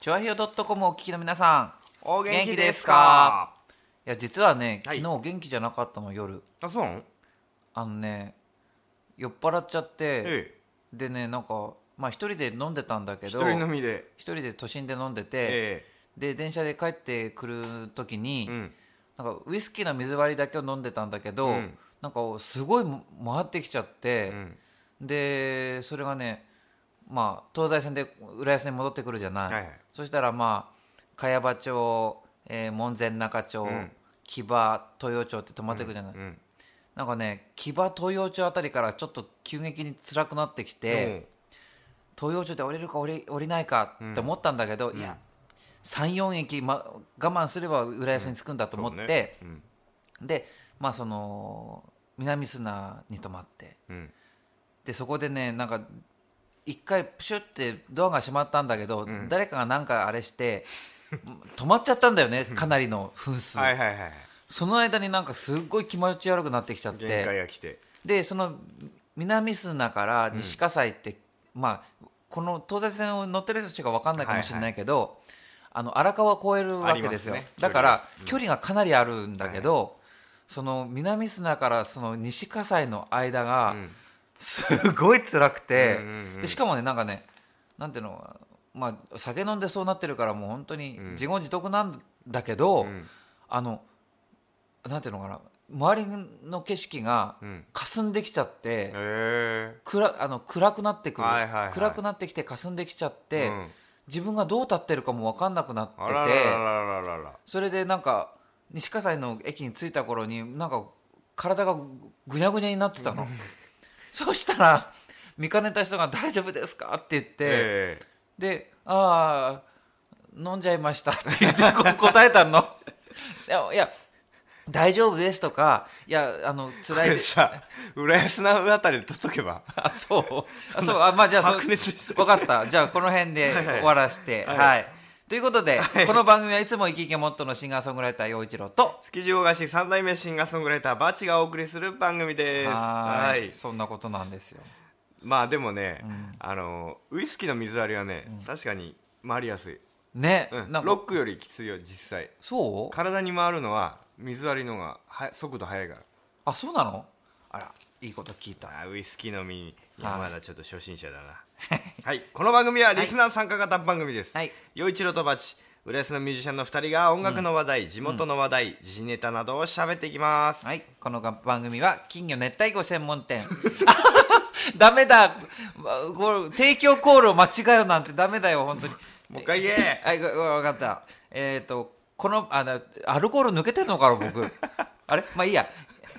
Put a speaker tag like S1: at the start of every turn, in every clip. S1: チョアヘヨドットコムをお聞きの皆さん
S2: お元気です
S1: 元
S2: か
S1: いや実はね
S2: は
S1: 昨
S2: い
S1: 日元気じゃなかったの夜
S2: あそうなん
S1: あのね酔っ払っちゃって
S2: ええ
S1: でねなんかまあ一人で飲んでたんだけ
S2: 一
S1: ど
S2: 人飲みで
S1: 一人で都心で飲んでて
S2: え
S1: で電車で帰ってくる時に
S2: えうん
S1: なんかウイスキーの水割りだけを飲んでたんだけど
S2: うん
S1: なんかすごい回ってきちゃって
S2: うん
S1: でそれがね、まあ、東西線で浦安に戻ってくるじゃない、
S2: はいはい
S1: そしたらまあ茅場町、えー門前仲町、
S2: ん
S1: 木場東洋町って止まってくじゃない、
S2: うん
S1: なんかね木場東洋町あたりからちょっと急激に辛くなってきて、東洋町で降りるか降り降りないかって思ったんだけど、いや34駅、ま、我慢すれば浦安に着くんだと
S2: うん
S1: 思っ
S2: そう
S1: て
S2: ね、うん
S1: でまあその南砂に泊まって。
S2: うん
S1: でそこでねなんか一回プシュってドアが閉まったんだけど、誰かがなんかあれして止まっちゃったんだよねかなりの分数、
S2: はいはいはい
S1: その間になんかすっごい気持ち悪くなってきちゃっ
S2: 限
S1: て
S2: 界が来て
S1: でその南砂から西葛西って、まあこの東西線を乗ってる人しか分かんないかもしれないけど、あの荒川を越えるわけですよ
S2: ありますね
S1: だから距離がかなりあるんだけど、その南砂からその西葛西の間が、
S2: うん
S1: すごい辛くて、
S2: うんうんうん
S1: でしかもねなんかねなんていうのまあ酒飲んでそうなってるからもう本当に自業自得なんだけど、
S2: ん
S1: あのなんていうのかな周りの景色が
S2: うん
S1: 霞んできちゃって、
S2: え
S1: 暗あの暗くなってくる、
S2: はいはいはい
S1: 暗くなってきて霞んできちゃっ
S2: え
S1: て、
S2: うん
S1: 自分がどう立ってるかも分かんなくなってて
S2: あらららららら
S1: それでなんか西葛西の駅に着いた頃になんか体がぐにゃぐにゃになってたの そしたら見かねた人が「大丈夫ですか?」って言って、
S2: ええ
S1: で「ああ飲んじゃいました」って言ってこ う答えたのいやいや大丈夫です」とか「いやあの辛い
S2: こ
S1: で
S2: れ
S1: す」
S2: さ浦安のあたりで取っと けば
S1: あそうあそうあまあじゃあそう
S2: 白熱して
S1: 分かったじゃあこの辺で
S2: はいはい
S1: 終わらしては、
S2: はいい
S1: ということで、この番組はいつもイケイケモットのシンガーソングライター陽一郎と
S2: 築地大菓子三代目シンガーソングライターバチがお送りする番組です
S1: は
S2: は
S1: ーい
S2: い
S1: そんなことなんですよ
S2: まあでもね、あのウイスキーの水割りはね、確かに回りやすい、
S1: ね、
S2: うん
S1: なん
S2: ロ
S1: か
S2: ックよりきついよ実際
S1: そう
S2: 体に回るのは水割りの方がは速度速いから
S1: あそうなのあらいいこと聞いた
S2: あーウイスキー飲みにい
S1: は
S2: や
S1: い
S2: まだちょっと初心者だ なはいこの番組はリスナー参加型番組です
S1: はい
S2: 陽、一郎とバチ浦安のミュージシャンの2人が音楽の話題、地元の話題、時事ネタなどを喋っていきます、
S1: はいこの番組は金魚熱帯魚専門 店ダメだこれ提供コールを間違えよなんてダメだよ本当に
S2: もう一回言え
S1: はい分かったえっ、とこのあなアルコール抜けてるのかな僕あれ まあいいや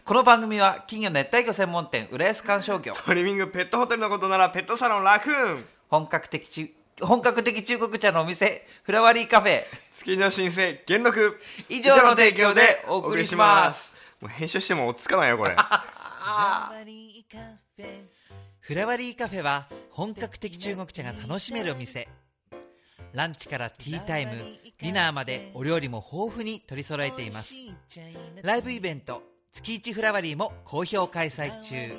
S1: この番組は金魚熱帯魚専門店浦安観賞魚
S2: トリミングペットホテルのことならペットサロンラクーン
S1: 本格的中本格的中国茶のお店フラワリーカフェ
S2: 月の申請元禄
S1: 以上の提供でお送りします
S2: もう編集しても落ち着かないよこれ
S1: フラワリーカフェフラワリーカフェは本格的中国茶が楽しめるお店ランチからティータイムディナーまでお料理も豊富に取り揃えていますライブイベント月一フラワリーも好評開催中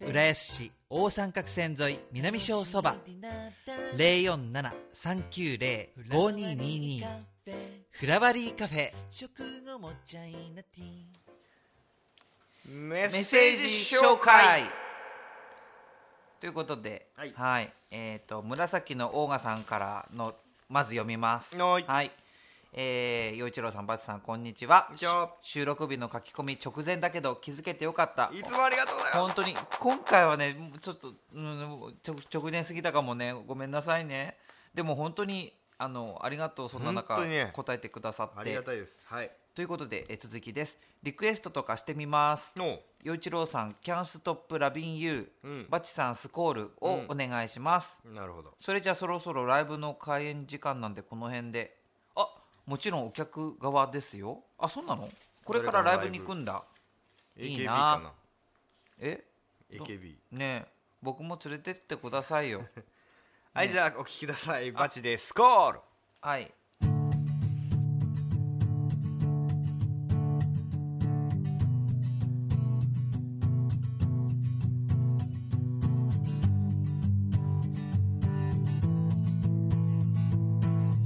S1: 浦安市大三角線沿い南小そば0473905222フラワリーカフェ
S2: メ
S1: メッセージ紹介ということで、は
S2: はいい
S1: えー、と紫のオーガさんからのまず読みます。
S2: はーい
S1: えー、陽一郎さん、バツさん、こんにちは
S2: こんにちは
S1: し収録日の書き込み直前だけど気づけてよかった。
S2: いつもありがとうございます
S1: 本当に今回はね、ちょっと、うん、ちょ直前過ぎたかもね、ごめんなさいね。でも本当にあのありがとう、そんな中、
S2: 本当にね
S1: 答えてくださ
S2: あ
S1: っ
S2: り
S1: て
S2: が。たいですはい
S1: ということで、えー続きです。リクエストとかしてみます。
S2: の
S1: 陽一郎さん「キャンストップラビンユー」
S2: うん
S1: バチさん「スコール」をお願いします、
S2: なるほど
S1: それじゃあそろそろライブの開演時間なんでこの辺であもちろんお客側ですよあそうなのこれからライブに行くんだいい
S2: AKB
S1: な
S2: かな
S1: え
S2: AKB
S1: ねえ僕も連れてってくださいよ
S2: はいじゃあお聞きくださいバチでスコール
S1: はい
S3: 「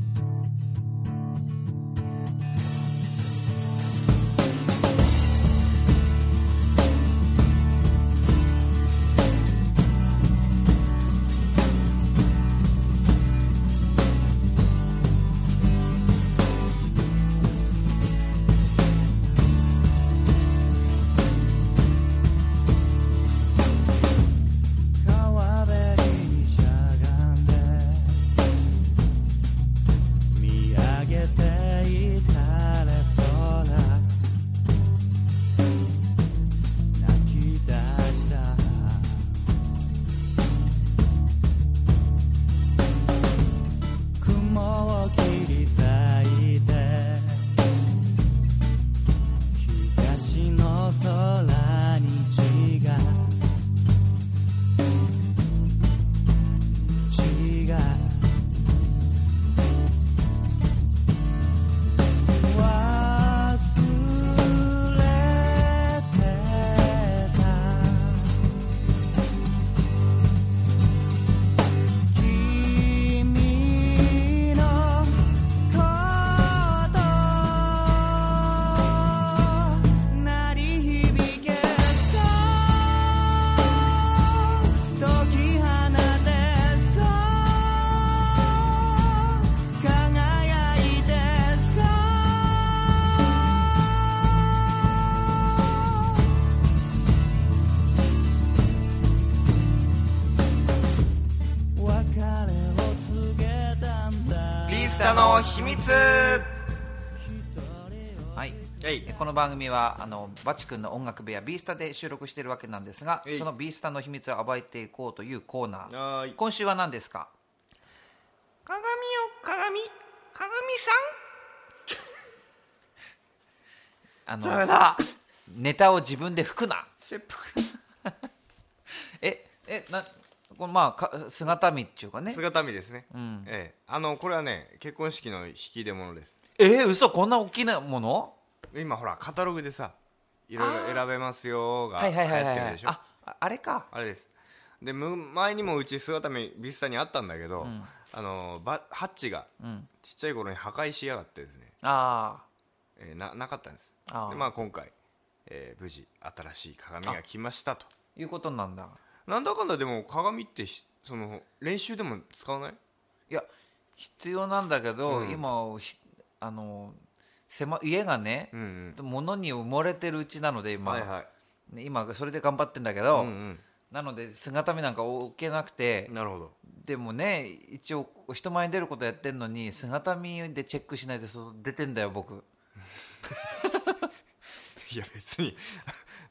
S2: 下の秘密
S1: はい
S2: はい
S1: えこの番組はあのバチ君の音楽部屋 B スタで収録しているわけなんですが
S2: えい
S1: その B スタの秘密を暴いていこうというコーナー
S2: はーい
S1: 今週は何ですか
S2: 鏡よ鏡鏡
S1: あ
S2: さんダメ
S1: の
S2: だ
S1: ネタを自分で吹くな
S2: 切腹
S1: ええなこのまあか姿見っていうかね
S2: 姿見ですね、
S1: うん
S2: ええ、あのこれはね結婚式の引き出物です
S1: えー、嘘こんな大きなもの
S2: 今ほらカタログでさいろいろ選べますよが
S1: は
S2: 流
S1: いはいはい
S2: 行
S1: は
S2: っ
S1: い
S2: て
S1: は
S2: るで
S1: い
S2: しょ、
S1: あああれか
S2: あれですでむ前にもうち姿見ビスタにあったんだけど、
S1: ん
S2: あのバハッチが
S1: うん
S2: ちっちゃい頃に破壊しやがってですね、
S1: あ
S2: えーななかったんです
S1: あー
S2: でまあ今回、えー無事新しい鏡が来ましたと
S1: あいうことなんだ
S2: なんだかんだでも鏡ってしその練習でも使わない
S1: いや必要なんだけど、
S2: うん
S1: 今ひあの狭家がね、
S2: うんうん
S1: 物に埋もれてるうちなので今、
S2: はいはい
S1: ね今それで頑張ってんだけど、
S2: うん
S1: なので姿見なんか置けなくて
S2: うん、なるほど
S1: でもね一応人前に出ることやってんのに姿見でチェックしないで外出てんだよ僕
S2: いや 別に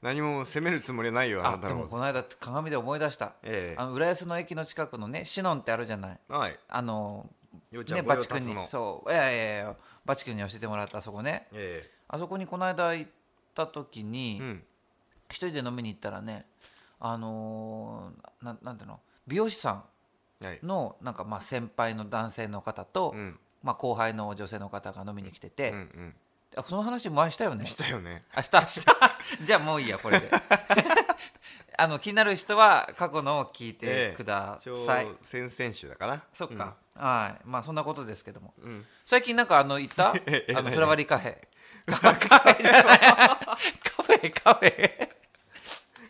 S2: 何も責めるつもりはないよあ
S1: あ
S2: なた
S1: で
S2: の
S1: も
S2: こと
S1: この間鏡で思い出した、
S2: ええ
S1: あの浦安の駅の近くのねシノンってあるじゃない
S2: はい
S1: あの
S2: ようちゃん
S1: ね
S2: ご用
S1: バチ君
S2: 達の
S1: にそういやいやいやバチ君に教えてもらったあそこね
S2: え
S1: あそこにこの間行った時
S2: え
S1: に、
S2: うん
S1: 一人で飲みに行ったらねあのーななんていうの美容師さ
S2: はい
S1: んのなんかまあ先輩の男性の方と、
S2: うん
S1: まあ、後輩の女性の方が飲みに来てて、
S2: うんうん
S1: あその話前したよね
S2: したよね
S1: 明日明日 じゃあもういいやこれであの気になる人は過去のを聞いてくだ
S2: ち
S1: さ
S2: ょ
S1: い、
S2: う先々週だかな
S1: そっか、はいまあそんなことですけども
S2: うん、うん
S1: 最近なんかあの行った
S2: ええ
S1: あの
S2: 何
S1: フラワリーカフェ カカフェじゃない カフェカフェ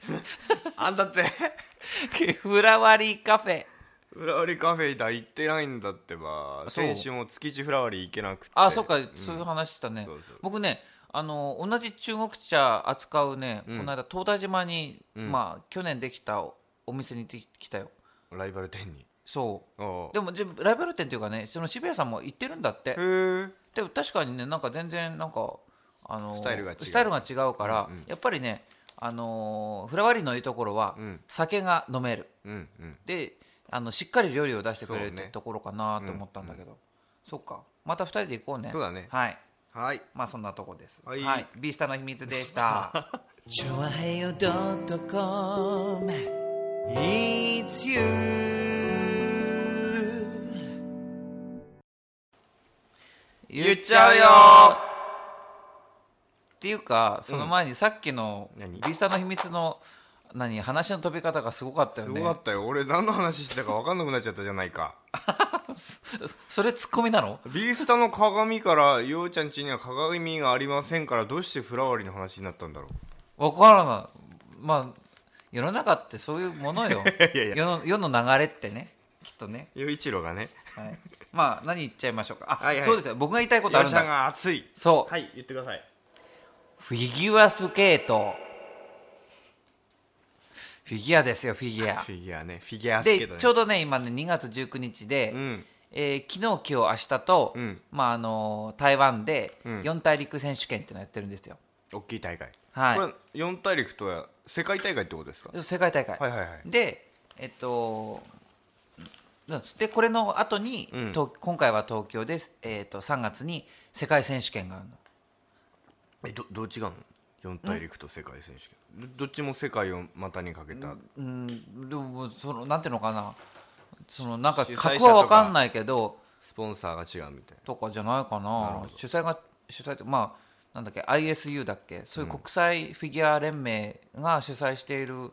S2: あんたって
S1: フラワリーカフェ
S2: フラワリーカフェだ行ってないんだってば
S1: そう
S2: 先週も築地フラワリー行けなくて
S1: あそっか、そういう話したね
S2: そうそう
S1: 僕ねあの同じ中国茶扱うね、
S2: うん
S1: この間東大島に、
S2: うん
S1: まあ、去年できたおお店に行ってきたよ
S2: ライバル店に
S1: そう
S2: おう
S1: でもじゃライバル店というかねその渋谷さんも行ってるんだって
S2: へえ
S1: でも確かにねなんか全然なんかあの
S2: スタイルが違う
S1: スタイルが違うから、
S2: うんうん
S1: やっぱりねあのーフラワリーのいいところは、
S2: うん
S1: 酒が飲める
S2: うんうん
S1: であのしっかり料理を出してくれる
S2: そう
S1: っ
S2: ね
S1: てところかなと思ったんだけど、そうかまた2人で行こうね
S2: そうだね
S1: はい
S2: はい
S1: まあそんなとこです
S2: はい
S1: はい、ビースタの秘密でした
S3: チョアヘヨドットコム It's you
S2: 言っちゃうよ
S1: っていうかその前にさっきの
S2: 何
S1: ビースタの秘密の何話の飛び方がすごかったよ
S2: す
S1: ね
S2: ごかったよ俺何の話してたか分かんなくなっちゃったじゃないか
S1: それツッコミなの
S2: ビースタの鏡からようちゃん家には鏡がありませんからどうしてフラワリーの話になったんだろう
S1: わからないまあ世の中ってそういうものよ
S2: いやいや
S1: 世の世の流れってねきっとね、
S2: 陽一郎がね
S1: はい、まあ何言っちゃいましょうかあ、
S2: はいはい
S1: そうですよ僕が言いたいことあ
S2: よ
S1: る
S2: うんちゃん
S1: だ
S2: が熱い
S1: そう、
S2: はい言ってください
S1: フィギュアスケートフィギュアですよフィギュ
S2: フィギュアねフィギュ
S1: ア
S2: アスケ
S1: で
S2: ートね
S1: ちょうどね今ね2月19日で、
S2: うん
S1: えー昨日今日明日と、
S2: うん
S1: まああのー台湾で
S2: うん
S1: 4大陸選手権っていうのやってるんですよ、
S2: 大きい大会
S1: はい
S2: これ4大陸とは世界大会ってことですか
S1: 世界大会、
S2: はいはいはい
S1: でえっとうんでこれの後に、
S2: うん
S1: と今回は東京です、えっと3月に世界選手権があるの
S2: えどどう違うの4大陸と世界選手権どどっちも世界を股にかけた
S1: うんでもそのなんていうのかなそのなんか
S2: 主催者
S1: 格は分
S2: とか
S1: かんないけど
S2: スポンサーが違うみたい
S1: とかじゃないか
S2: る
S1: な
S2: ほど
S1: 主催が主催ってまあなんだっけ ISU だっけそういう国際フィギュア連盟が主催している、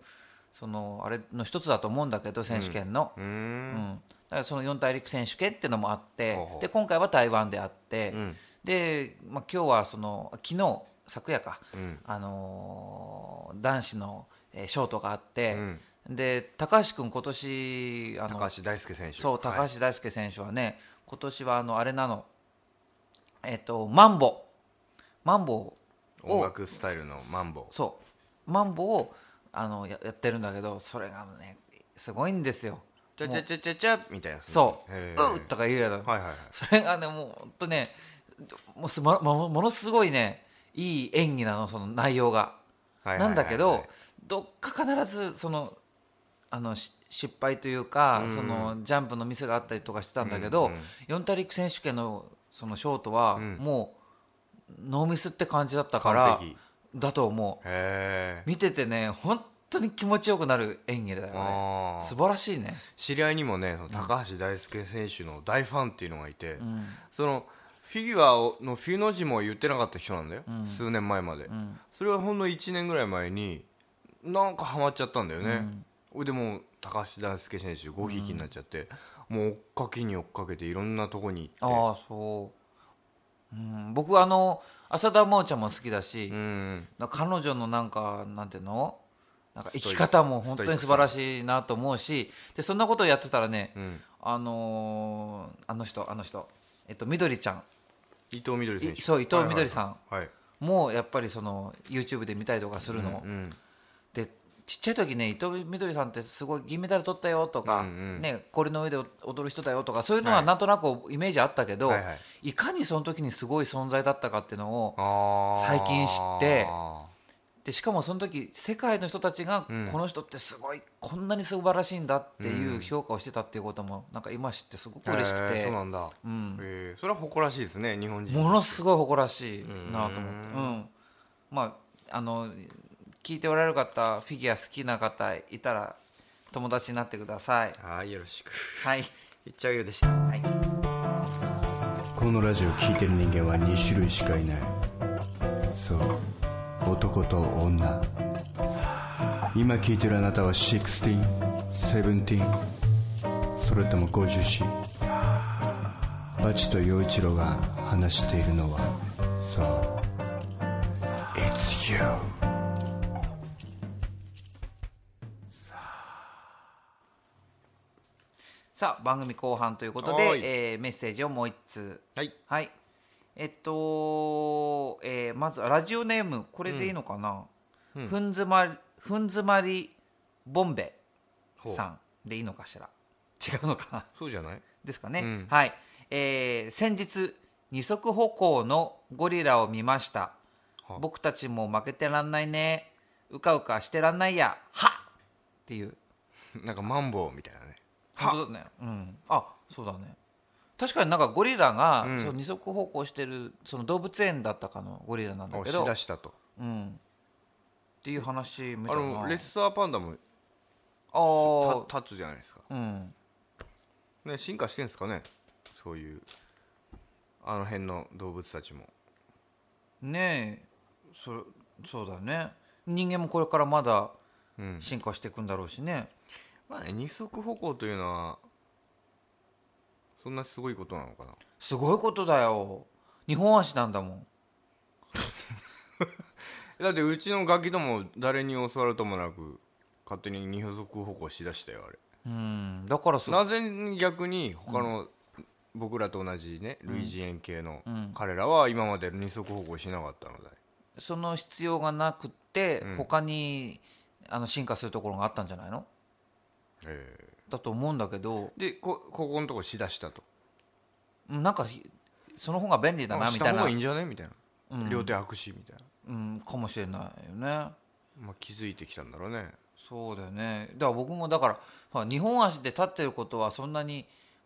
S1: そのあれの一つだと思うんだけど選手権の、
S2: な
S1: う
S2: うー
S1: んん、だからその4大陸選手権っていうのもあって
S2: ほうほう
S1: で今回は台湾であって、
S2: うん
S1: で、まあ、今日はその昨日昨夜か、
S2: うん
S1: あのー男子の、えーショートがあって、
S2: うん
S1: で高橋君今年あの
S2: 高橋大輔選手
S1: そう高
S2: 橋
S1: 橋大輔選手はね、今年はあのあれなのえっ、とマンボマンボウ
S2: 音
S1: を
S2: 楽スタイルのマンボウ
S1: そうマンボウをあのややってるんだけどそれがねすごいんですよ
S2: ちゃちゃちゃちゃちゃみたいな
S1: そう
S2: へ
S1: 「
S2: ー
S1: うっ!」とか言うやろ、
S2: はいはいはい
S1: それがねもうほんとねもうすももものすごいねいい演技なのその内容が、
S2: はいはいはいは
S1: な
S2: い
S1: んだけどどっか必ずそのあのし失敗というか、
S2: うん
S1: そのジャンプのミスがあったりとかしてたんだけど、
S2: うんうん
S1: 四大陸選手権のそのショートは、
S2: ん
S1: もうノーミスって感じだったから
S2: 完璧
S1: だと思う
S2: へえ
S1: 見ててね本当に気持ちよくなる演技だよね
S2: あー
S1: 素晴らしいね
S2: 知り合いにもねその高橋大輔選手の大ファンっていうのがいて、そのフィギュアをのフィの字も言ってなかった人なんだよ、数年前まで、それはほんの1年ぐらい前になんかハマっちゃったんだよね、でもう高橋大輔選手ごひいきになっちゃって、もう追っかけに追っかけていろんなとこに行って
S1: ああそう、うん、僕あの浅田真央ちゃんも好きだし、
S2: うん
S1: な彼女のなんかなんていうのなんか生
S2: ストイ
S1: き
S2: ック
S1: 方も本当に素晴らしいなと思うしでそんなことをやってたらね、
S2: うん
S1: あのーあの人あの人えっとみどりちゃん
S2: 伊藤みどり選手
S1: いそう伊藤みどりさん
S2: はいはい
S1: もやっぱりその YouTube で見たりとかするの、
S2: はいうん
S1: でちっちゃい時ね伊藤みどりさんってすごい銀メダル取ったよとか、
S2: うんうん
S1: ね、氷の上で踊る人だよとかそういうのは
S2: はい
S1: なんとなくイメージあったけど、
S2: はいいはい
S1: かにその時にすごい存在だったかっていうのを
S2: あー
S1: 最近知ってでしかもその時世界の人たちが、
S2: うん
S1: この人ってすごいこんなに素晴らしいんだっていううん評価をしてたっていうこともなんか今知ってすごく嬉しく
S2: へー
S1: て、
S2: そうなんだ、
S1: うん
S2: えーそれは誇らしいですね日本人
S1: ものすごい誇らしいなと思って、う
S2: うん
S1: まああの聞いておられる方フィギュア好きな方いたら友達になってください
S2: はいよろしく
S1: はい、
S2: いっちゃうようでした
S1: はい、
S4: このラジオを聴いてる人間は2種類しかいないそう男と女今聴いてるあなたは1617それとも 50C バチと陽一郎が話しているのはそう It's you
S1: さあ番組後半ということ
S2: はーい
S1: で、えーメッセージをもう一通
S2: はい
S1: はいえっと、えーまずはラジオネームこれでいいのかな、ふんづまりふんづまりボンベさんでいいのかしら違うのか な
S2: そうじゃない
S1: ですかね、
S2: うん
S1: はい、えー先日二足歩行のゴリラを見ました
S2: は
S1: 僕たちも負けてらんないねうかうかしてらんないやはっっていう
S2: なんかマンボウみたいなね
S1: 本当だねうんあそうだね確かになんかゴリラが、
S2: うん
S1: その二足歩行してるその動物園だったかのゴリラなんだ
S2: 押
S1: け
S2: し
S1: ど
S2: 出したと
S1: うんっていう話見た
S2: あ
S1: な
S2: のレッサーパンダも
S1: あー
S2: た立つじゃないですか
S1: うん
S2: ね進化してんですかねそういうあの辺の動物たちも
S1: ねえそそうだね人間もこれからまだ
S2: うん
S1: 進化していくんだろうしね、
S2: まあね二足歩行というのはそんなすごいことなのかな
S1: すごいことだよ日本足なんだもん
S2: だってうちのガキども誰に教わるともなく勝手に二足歩行しだしたよあれ
S1: うんだからす
S2: なぜ逆に他の僕らと同じね類人猿系の彼らは今まで二足歩行しなかったのだい
S1: その必要がなくって、
S2: ん
S1: 他にあの進化するところがあったんじゃないの
S2: え
S1: だと思うんだけど
S2: えでこここのとこしだしたと
S1: うんなんかひその方が便利だ
S2: あ
S1: なみ
S2: した
S1: たい
S2: 方
S1: な
S2: がいいんじゃねみたいな、両手握手みたい
S1: うん、かもしれないよね
S2: な、まあ、気づいてきたんだろうね
S1: そうだよねだから僕もだからほら日本足で立ってることはそんなに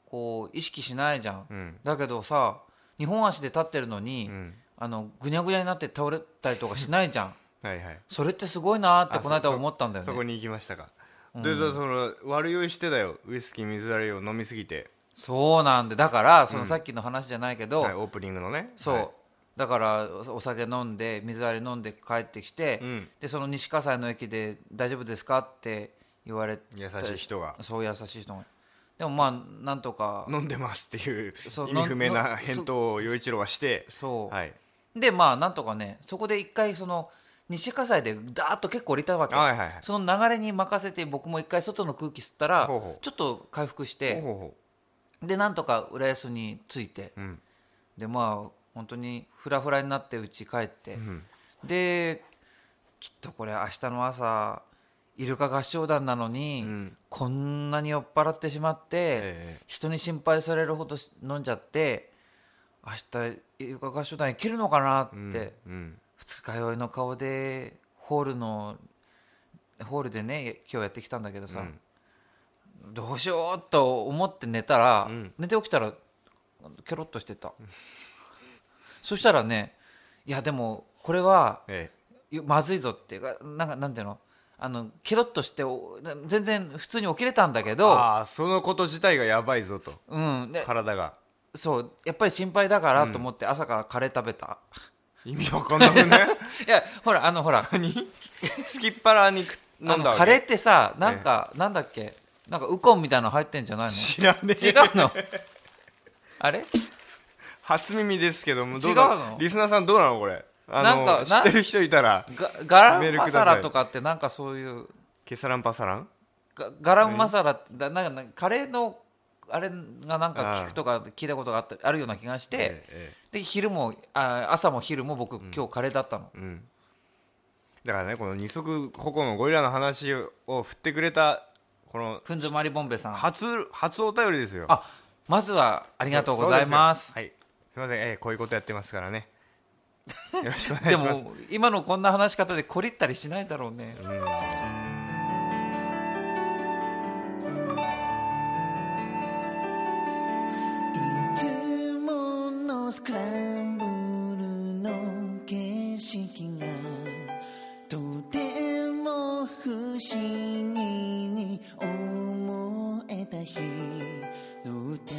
S1: こう意識しないじゃん、
S2: うん
S1: だけどさ日本足で立ってるのに、
S2: うん
S1: あのぐにゃぐにゃになって倒れたりとかしないじゃん
S2: はいはい
S1: それってすごいなーって
S2: あ
S1: この間
S2: そ
S1: 思ったんだよね
S2: そこに行きましたか、でだその悪酔いしてだよウイスキー水割りを飲みすぎて、
S1: そうなんでだからそのさっきの話じゃないけど、
S2: はい、オープニングのね
S1: そう、
S2: はい
S1: だからおお酒飲んで水割り飲んで帰ってきて、
S2: うん
S1: でその西葛西の駅で「大丈夫ですか?」って言われて
S2: 優しい人が
S1: そう優しい人がでもまあなんとか
S2: 飲んでますっていう
S1: そう
S2: 意味不明
S1: の
S2: な返答を陽一郎はして
S1: そう、
S2: はい
S1: でまあなんとかねそこで一回その西葛西でダーッと結構降りたわけ、
S2: はいはいはい
S1: その流れに任せて僕も一回外の空気吸ったら
S2: ほうほう
S1: ちょっと回復し
S2: ほう
S1: て
S2: ほうほ
S1: でなんとか浦安に着いて
S2: ううん
S1: でまあ本当にフラフラになってうち帰って、
S2: ん
S1: できっとこれ明日の朝イルカ合唱団なのに、
S2: ん
S1: こんなに酔っ払ってしまって、
S2: ええ
S1: 人に心配されるほど飲んじゃって明日イルカ合唱団行けるのかなって、
S2: うん
S1: 二日酔いの顔でホールのホールでね今日やってきたんだけどさ、どうしようと思って寝たら、
S2: ん
S1: 寝て起きたらケロッとしてたそしたらねいやでもこれは
S2: え
S1: よまずいぞっていうかなんかなんていうのあのケロッとしておな全然普通に起きれたんだけ
S2: え
S1: ど、
S2: ああそのこと自体がやばいぞと
S1: うん、で
S2: 体が
S1: そうやっぱり心配だからと思って朝からカレー食べた、
S2: 意味わかんなく ね
S1: いやほらあのほら
S2: 何すきっ腹にく飲
S1: あ
S2: んだ
S1: の
S2: わけ
S1: カレーってさなんか、なんだっけなんかウコンみたいなの入ってんじゃ ない
S2: 知らねえ
S1: の違うのあれ
S2: 初耳ですけどもどう
S1: 違う
S2: だ
S1: の
S2: リスナーさんどうなのこれあの
S1: なんかな
S2: 知ってる人いたら
S1: がガ
S2: メ
S1: ラム
S2: ールくだ
S1: マ
S2: さい
S1: サラとかってなんかそういう
S2: ケサランパサラン
S1: がガラムマサラってだなんかなんかカレーのあれがなんか聞くとか聞いたことがあったあるような気がして、
S2: ええ
S1: で昼もあ朝も昼も僕今日カレーだったの、
S2: うんだからねこの二足歩行のゴリラの話を振ってくれたこの
S1: ふんぞまりぼんべさん
S2: 初初お便りですよ
S1: あまずはあり
S2: り
S1: がとうございます
S2: はいすいません、ええこういうことやってますから ねよろしくお願
S1: で
S2: いします
S1: も今のこんな話し方でこりったりしないだろうね
S3: いつものスクランブルの景色がとても不思議に思えた日の歌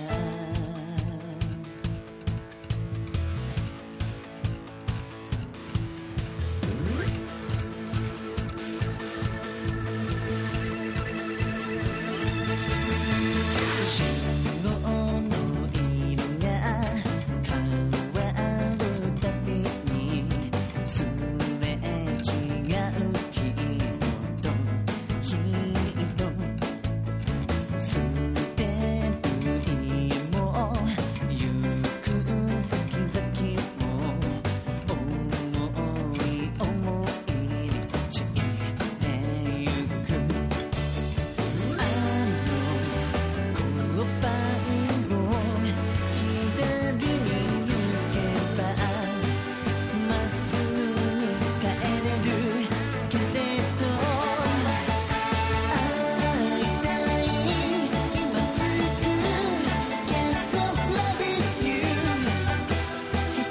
S3: 信号の色が変わるたびにすれ違う日々と日々捨てる家も行く先々も思い思いに散ってゆくあの「このパンを左に行けば」「まっすぐに帰れるけれど」「会いたい今すぐ Can't stop loving you」「ひ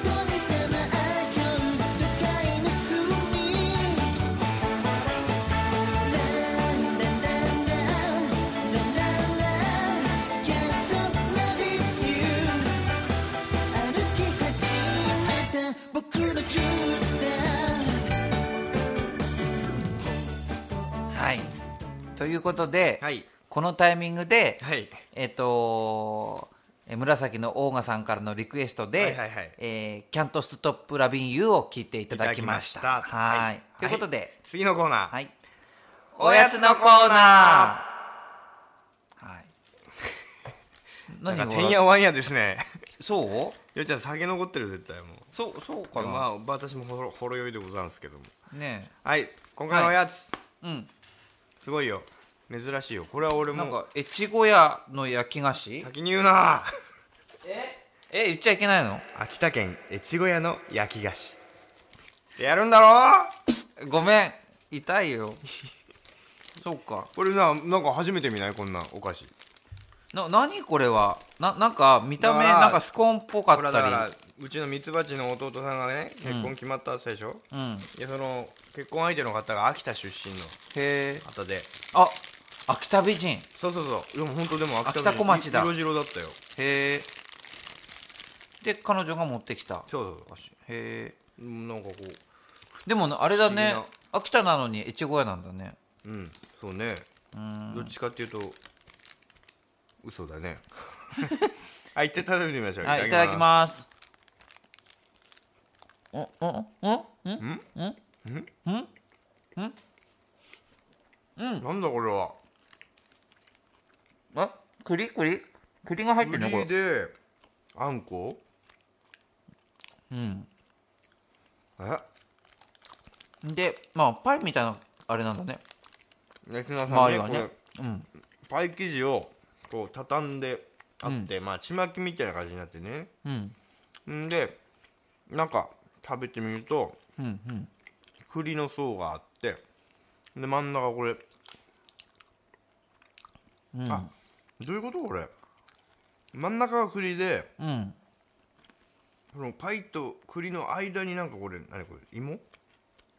S3: とりさま今日都会の隅」La la la la la la la la Can't stop loving you 歩き始めた僕の絨毯
S1: はいということで、
S2: はい
S1: このタイミングで、
S2: はい
S1: えっ、とえー紫のオーガさんからのリクエストで、
S2: はいはいはい
S1: えー、キャントストップラビンユーを聞いていただきました
S2: いただきました
S1: はい
S2: はい
S1: ということで、
S2: 次のコーナー、
S1: はいおやつのコーナーはい
S2: なんか
S1: 何
S2: てんや
S1: を
S2: わんやですね
S1: そう
S2: よっちゃん酒残ってる絶対も
S1: そうそう
S2: う
S1: かな、
S2: まあ私もほろほろ酔いでございますけども
S1: ね
S2: はい今回のおやつ、
S1: えうん
S2: すごいよ珍しいよこれは俺
S1: なん
S2: も
S1: か越後屋の焼き菓子
S2: 先に言うな
S1: え言っちゃいけないの
S2: 秋田県越後屋の焼き菓子やるんだろ
S1: ごめん痛い よそうか
S2: これななんか初めて見ないこんなお菓子
S1: な何これはななんか見た目
S2: だから
S1: なんかスコーンっぽか
S2: こ
S1: っ
S2: れはだか
S1: た
S2: らうちのミツバチの弟さんがね結婚決まったって言ったでしょ、
S1: りうんへ
S2: いやその結婚相手の方が秋田出身の
S1: え
S2: 方で
S1: あ秋田美人へ
S2: そうそうそうでも本当でも
S1: 秋田小町だ
S2: 色白だったよ
S1: えで彼女が持ってきた
S2: そうそうそう足
S1: へえ
S2: うんなんかこ
S1: でもあれだね
S2: 不思議
S1: 秋田なのに越後屋なんだね
S2: ううんそうね
S1: うん
S2: どっちかっていうと嘘だね はい一回食べてみましょう
S1: はいいただきますおおおんんん
S2: すなんだこれは
S1: あ栗栗栗が入ってるねこ
S2: 栗
S1: れ
S2: であんこ
S1: うん
S2: え
S1: でまあパイみたいなあれなんだね
S2: リスナー
S1: 周り
S2: さ
S1: は
S2: んね
S1: ね
S2: これ
S1: うん
S2: パイ生地をこう畳んであって、まあちまきみたいな感じになってね
S1: うん
S2: んでなんか食べてみると
S1: うんうん
S2: 栗の層があってで真ん中これ、あどういうことこれ真ん中が栗で
S1: うん
S2: このパイと栗の間になんかこれ何これ芋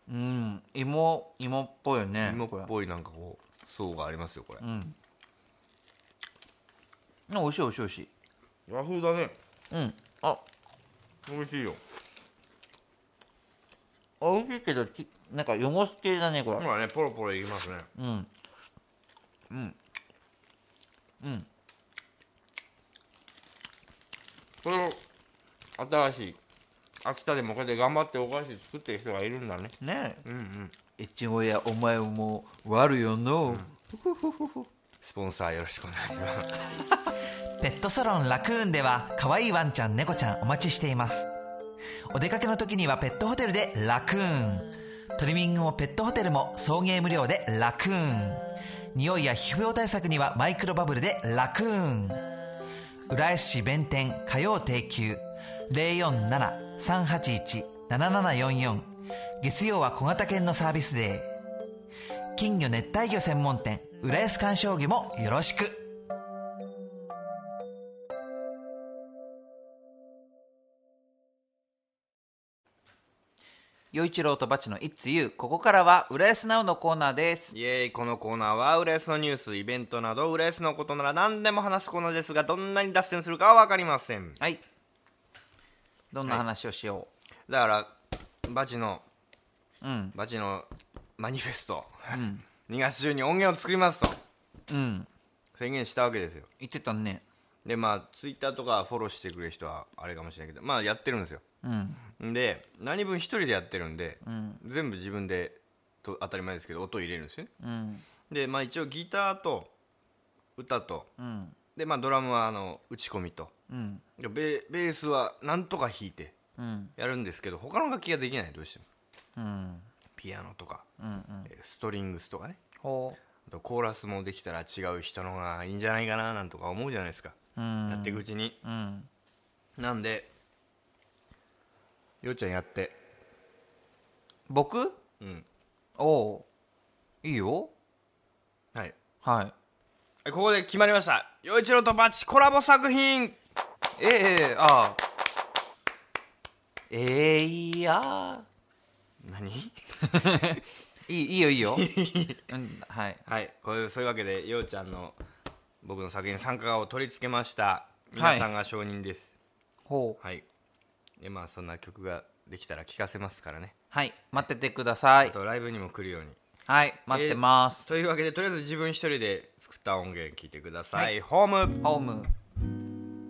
S1: うん芋芋っぽいよね
S2: 芋っ
S1: これ
S2: ぽいなんかこう層がありますよこれ、
S1: うんあ美味しい美味しい美味しい
S2: 和風だね
S1: うんあ
S2: 美味しいよ
S1: 美味しいけどちなんか汚す系だねこれ
S2: 今ねポロポロいきますね
S1: うんうんうん
S2: これを新しい秋田でもこうやって頑張ってお菓子作ってる人がいるんだね
S1: ねえ
S2: うんうん
S1: 越後やお前も悪よのふふふふ
S2: スポンサーよろしくお願いします
S3: ペットサロンラクーンでは可愛いワンちゃん猫ちゃんお待ちしていますお出かけの時にはペットホテルでラクーントリミングもペットホテルも送迎無料でラクーン匂いや皮膚病対策にはマイクロバブルでラクーン浦安市弁天火曜定休047-381-7744月曜は小型犬のサービスデー金魚熱帯魚専門店浦安鑑賞魚もよろしく
S1: 与一郎とバチの「It's You」ここからは浦安ナウのコーナーです
S2: イエーイこのコーナーは浦安のニュースイベントなど浦安のことなら何でも話すコーナーですがどんなに脱線するかは分かりません
S1: はいどんな話をしよ
S2: だからバチの
S1: う、うん
S2: バチのマニフェスト、2月 中に音源を作りますと
S1: うん
S2: 宣言したわけですよ
S1: 言ってたね
S2: でまあツイッターとかフォローしてくれる人はあれかもしれないけどまあやってるんですよ
S1: うん
S2: で何分一人でやってるんで、
S1: ん
S2: 全部自分でと当たり前ですけど音を入れるんですよね
S1: うん
S2: でまあ一応ギターと歌と
S1: うん
S2: でまあドラムはあの打ち込みと
S1: うん
S2: でベベースはなんとか弾いて
S1: うん
S2: やるんですけど他の楽器ができないどうしても
S1: うん
S2: ピアノとか、
S1: うんうん
S2: えーストリングスとかね
S1: ほ
S2: あとコーラスもできたら違う人のがいいんじゃないかななんとか思うじゃないですか、
S1: ううん
S2: やっていくうちに
S1: うん
S2: なんでようちゃんやって
S1: 僕
S2: うん
S1: おういいよ
S2: はい
S1: はい
S2: ここで決まりました陽一郎とバチコラボ作品
S1: ええええああええい や
S2: 何
S1: いいいいよいいよ、うん、はい
S2: はいこういうそういうわけで陽ちゃんの僕の作品参加を取り付けました
S1: はい
S2: 皆さんが承認です
S1: ほう
S2: はい、でまあそんな曲ができたら聴かせますからね、
S1: はい待っててくださ
S2: あ
S1: い
S2: とライブにも来るように
S1: はい待ってます、
S2: というわけでとりあえず自分一人で作った音源聴いてください、ホーム
S1: ホーム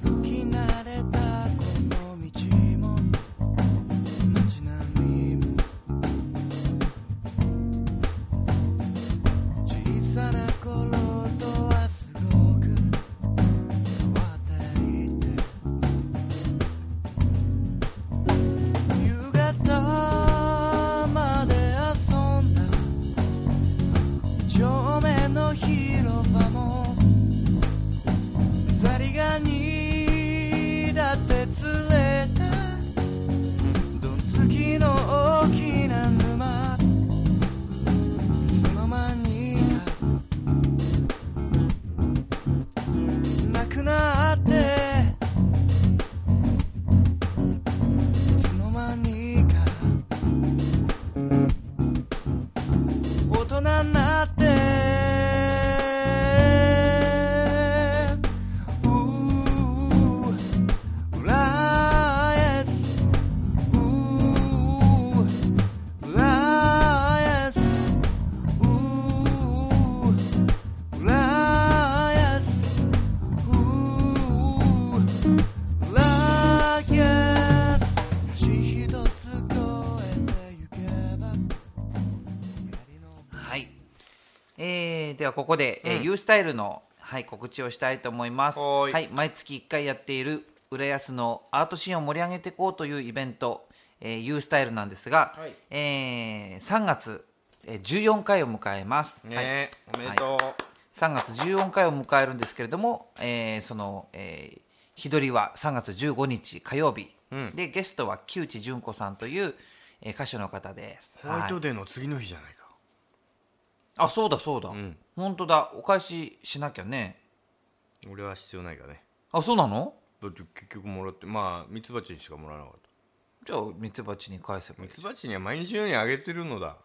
S4: 歩き慣れたこの道も街並みも小さな頃とはすごく変わっていて夕方まで遊んだ正面の広場もザリガニだって釣れたどんつきの大きな沼いつの間にかなくなっていつの間にか大人になってうらへ
S1: えーではここで、えー、U スタイルの、はい、告知をしたいと思います。
S2: はーい
S1: 毎月1回やっている浦安のアートシーンを盛り上げていこうというイベント、えー、U スタイルなんですが、
S2: はい
S1: えー3月、えー14回を迎えます。
S2: ね
S1: はい
S2: え、おめでとう、
S1: 3月14回を迎えるんですけれども、えーその、えー日取りは3月15日火曜日、
S2: うん
S1: でゲストは木内純子さんという、えー歌手の方です。
S2: ホワイト
S1: はい
S2: デーの次の日じゃないか、
S1: あそうだそうだ、
S2: ん
S1: 本当だお返ししなきゃね
S2: 俺は必要ないからね
S1: あそうなの
S2: だって結局もらってまあミツバチにしかもらわなかっ
S1: じゃあミツバチに返せ
S2: た
S1: ばい
S2: ミ
S1: い
S2: ツバチには毎日のようにあげてるの だ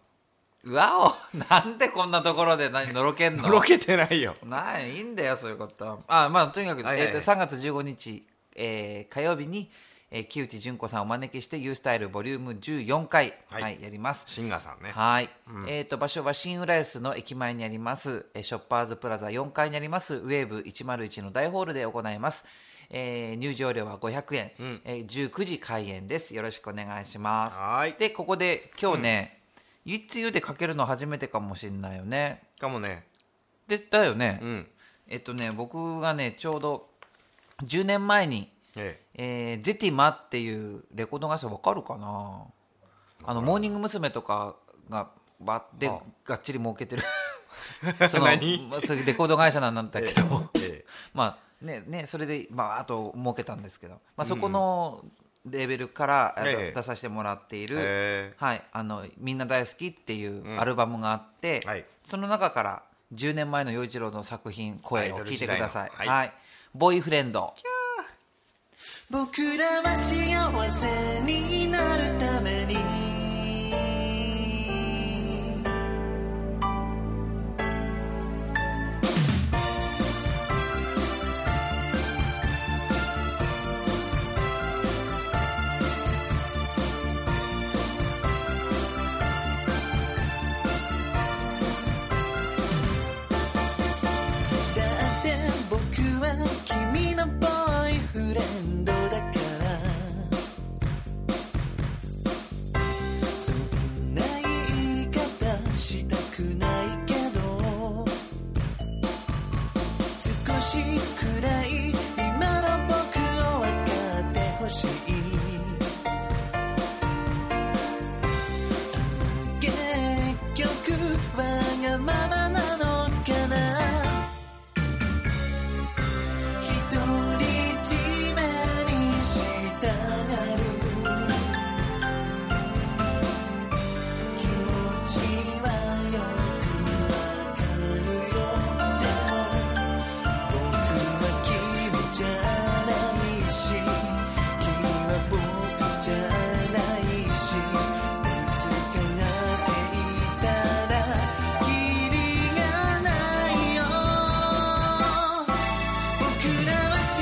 S1: うわお なんでこんなところで何のろけん の
S2: とろけてないよ
S1: ないいいんだよそういうことあまあとにかく、
S2: はいはいはい
S1: えーと3月15日、えー火曜日に、えー木内純子さんをお招きして「ユースタイルボリューム14回、は
S2: はいい
S1: やります
S2: シンガーさんね
S1: はい、えー、と場所は新浦安の駅前にありますえーショッパーズプラザ4階にありますウェーブ101の大ホールで行います、えー入場料は500円、えー19時開演ですよろしくお願いします
S2: はい
S1: でここで今日ね「いつゆ」でかけるの初めてかもしれないよね
S2: かもね
S1: でだよね、
S2: うん
S1: えっとね僕がねちょうど10年前に
S2: え
S1: えー、ジェティマっていうレコード会社わかるかなあのモーニング娘。とかがばでがっちり儲けて るその
S2: 何
S1: まあそういうレコード会社なんだけど、
S2: えええ
S1: まあねねそれでまああと儲けたんですけど、まあ、そこのレベルから、あの
S2: ええ
S1: 出させてもらっている、
S2: え
S1: はい、あのみんな大好きっていうアルバムがあって、
S2: はい
S1: その中から10年前の陽一郎の作品「声」を聞いてください
S2: アイドル時代の
S1: は、
S2: はいい
S1: ボーイフレンド
S3: 僕らは幸せになるためにだって僕は君のボーイフレンドだからそんな言い方したくないけど少しくらい今の僕を分かってほしい結局わがままなのかな独り占めにしたがる気持ちはよくわかるよでも僕は君じゃないし君は僕じゃないしぶつからっていたらキリがないよ僕らは幸せ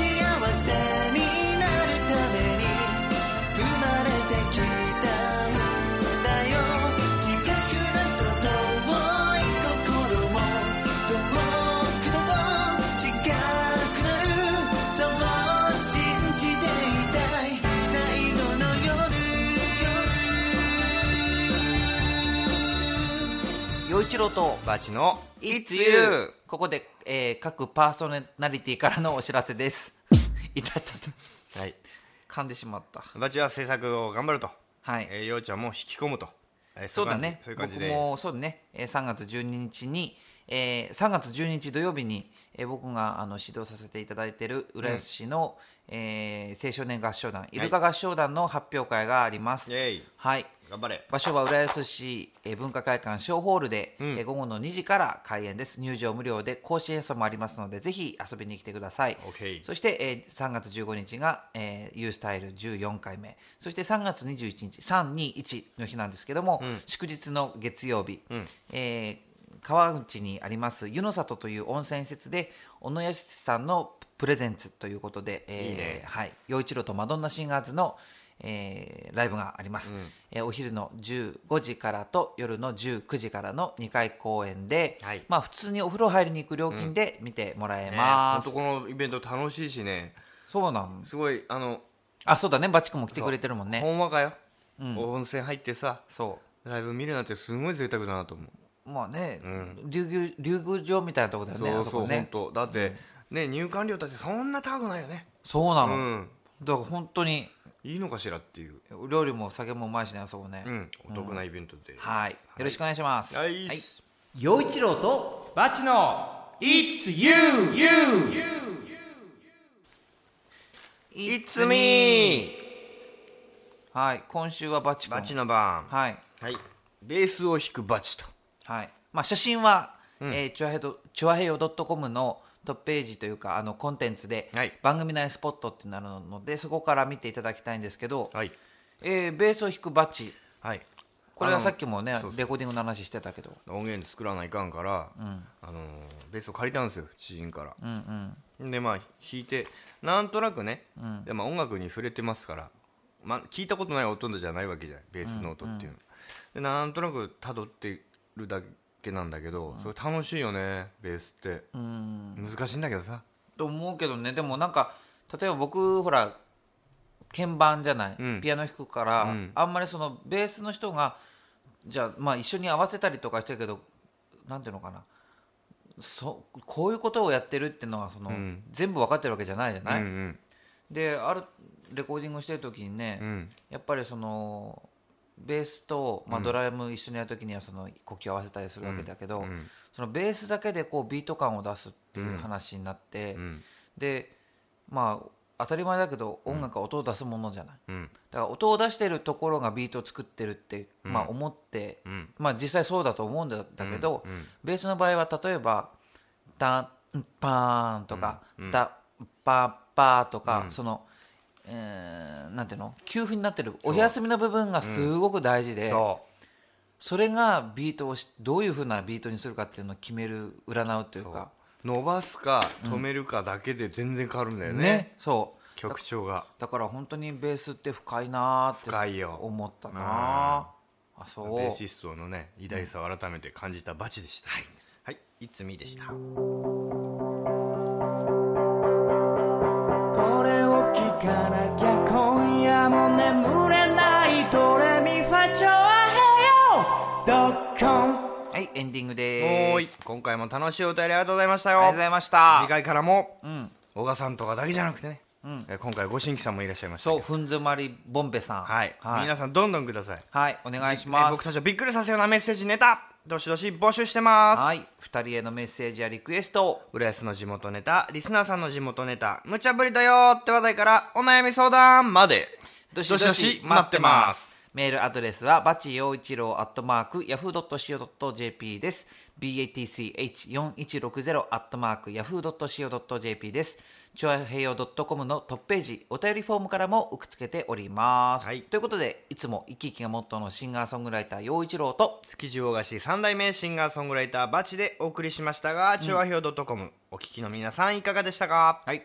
S3: になるために生まれてきたんだよ近くだと遠い心も遠くだと近くなるそう信じていたい最後の夜
S1: 陽一郎と
S2: えバチの「
S1: It's
S2: It's
S1: You
S2: You
S1: ここで、えー各パーソナリティからのお知らせです いたたた」
S2: はい
S1: 噛んでしまった
S2: バチは制作を頑張ると
S1: はい、
S2: えー、ようちゃんも引き込むと、えー
S1: そうだ
S2: い感
S1: ね
S2: じそういう感じ
S1: 僕
S2: で
S1: もそうだね、えー3月12日に、えー3月12日土曜日に、えー僕があの指導させていただいている浦安市の、えー青少年合唱団イルカ合唱団の発表会があります、
S2: イエイ
S1: はい
S2: 頑張れ
S1: 場所は浦安市えー文化会館小ホールで、
S2: ん
S1: えー午後の2時から開演です入場無料で講師演奏もありますのでぜひ遊びに来てください
S2: OK
S1: そして、えー3月15日が、えー、ユースタイル14回目そして3月21日321の日なんですけども、祝日の月曜日、えー川内にあります湯の里という温泉施設で小野安さんのプレゼンツということで、えー
S2: いいね
S1: はい、陽一郎とマドンナシンガーズの、えーライブがあります、えーお昼の15時からと夜の19時からの2回公演で、
S2: はい
S1: まあ、普通にお風呂入りに行く料金で見てもらえ
S2: ね
S1: ま
S2: 本
S1: す、
S2: 当このイベント楽しいしね
S1: そうなん
S2: すごいあの
S1: あそうだねバチ君も来てくれてるもんね
S2: ほんわかよ、温泉入ってさ
S1: そ
S2: ライブ見るなんてすごい贅沢だなと思う
S1: うまあね、
S2: ん
S1: 竜宮竜宮城みたいなとこだよね
S2: そう
S1: あ
S2: そう、
S1: こね
S2: 本当だって、ね入館料だってそんな高くないよね
S1: そうな
S2: う
S1: の、
S2: ん
S1: だから本当に
S2: いいのかしらっていう、
S1: お料理もお酒もうまいしねあそこね、
S2: うん、お得なイベントで、
S1: はいよろしくお願いします
S2: はい
S5: 陽一郎と
S4: バチの It's you, you!
S1: い
S2: It's me!
S1: はい今週はバチ君
S2: バチの番は
S1: はい
S2: いベースを弾くバチと
S1: はいまあ、写真は、えーチュアヘドチュアヘヨ .com のトップページというかあのコンテンツで、
S2: はい
S1: 番組内スポットってなるのでそこから見ていただきたいんですけど、
S2: はい
S1: えーベースを弾くバッチ
S2: はい
S1: これ
S2: あ
S1: は
S2: の
S1: さっきもね
S2: そうそう
S1: レコーディングの話してたけど
S2: 音源作らないかんから、あのベースを借りたんですよ知人から、でまあ弾いてなんとなくね、でまあ、音楽に触れてますから、まあ、聞いたことない音じゃないわけじゃないベースの音っていうの、でなんとなくたどってるだけなんだけど、それ楽しいよねベースって、難しいんだけどさ、
S1: と思うけどねでもなんか例えば僕ほら鍵盤じゃない、
S2: うん
S1: ピアノ弾くから、
S2: うん
S1: あんまりそのベースの人がじゃあまあ一緒に合わせたりとかしてるけどなんていうのかなそこういうことをやってるっていうのはその、
S2: ん
S1: 全部分かってるわけじゃないじゃない、
S2: うんうん
S1: であるレコーディングしてる時にね、
S2: うん
S1: やっぱりそのベースと、まあ、ドラム一緒にやる時にはその呼吸を合わせたりするわけだけど、
S2: ん
S1: そのベースだけでこうビート感を出すっていう話になって、
S2: ん
S1: でまあ当たり前だけど音楽は音を出すものじゃない、
S2: うん
S1: だから音を出してるところがビートを作ってるって、まあ、思って、
S2: ん
S1: まあ、実際そうだと思うんだだけど、
S2: うんうん
S1: ベースの場合は例えば「ダンパーン」とか「ダパッパー」とか、その、えーなんていうの休符になってるお休みの部分がすごく大事で、
S2: そ
S1: それがビートをしどういうふうなビートにするかっていうのを決める占うという
S2: う
S1: か
S2: 伸ばすか止めるかだけで全然変わるんだよ
S1: ね
S2: ね
S1: そう
S2: 曲調が
S1: だから本当にベースって深いな
S2: 深
S1: ーっ
S2: い
S1: て
S2: よ
S1: 思ったなあそ
S2: ベ
S1: う
S2: ーシストのね偉大さを改めて感じたバチでしたはい、はい、いつみでした
S4: これを聞かなきゃ今夜も眠れないドレミファチョアヘヨドッコン
S1: はいエンディング
S2: お
S1: で
S2: ーい
S1: す
S2: 今回も楽しいお便りありがとうございましたよ
S1: ありがとうございました
S2: 次回からも
S1: うん
S2: 小賀さんとかだけじゃなくてね、えー今回ご新規さんもいらっしゃいましたけ
S1: そう
S2: ど
S1: ふんづまりボンベさん
S2: はい、皆さんどんどんください
S1: はいお
S2: お
S1: 願いします
S2: 僕たちをびっくりさせるようなメッセージネタどしどし募集してます、
S1: はい二人へのメッセージやリクエストを
S2: 浦安の地元ネタリスナーさんの地元ネタ無茶ぶりだよって話題からお悩み相談まで
S1: どし
S2: ど
S1: ど
S2: し
S1: し
S2: どし待ってます
S1: メールアドレスはバチ陽一郎アットマークヤフー .co.jp です BATCH4160 アットマークヤフー .co.jp ですチョアヘイヨ .com のトップページお便りフォームからも受け付けております、
S2: はい
S1: ということでいつも生き生きがモットーのシンガーソングライター陽一郎と
S2: 築地大菓子3代目シンガーソングライターバチでお送りしましたが中和表 .com、お聞きの皆さんいかがでしたか
S1: はい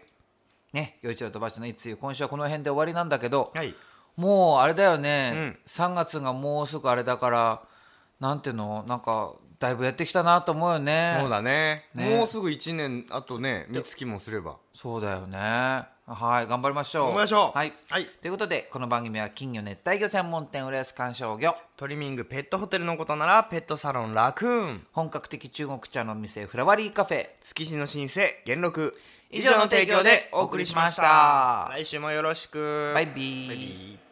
S1: ね陽一郎とバチのいつゆ今週はこの辺で終わりなんだけど、
S2: はい
S1: もうあれだよ
S2: う
S1: ね
S2: ん、
S1: 3月がもうすぐあれだからなんていうのなんかだいぶやってきたなと思うよね
S2: そうだね
S1: ね
S2: もうすぐ1年あとね三月もすれば
S1: そうだよねはい頑張りましょう
S2: 頑張りましょう
S1: はい、
S2: はい
S1: ということでこの番組は金魚熱帯魚専門店浦安観賞魚
S2: トリミングペットホテルのことならペットサロンラクーン
S1: 本格的中国茶の店フラワリーカフェ
S2: 築地の新生元禄
S1: 以上の提供でお送りしました
S2: 来週もよろしく
S1: バイビー
S2: バイビー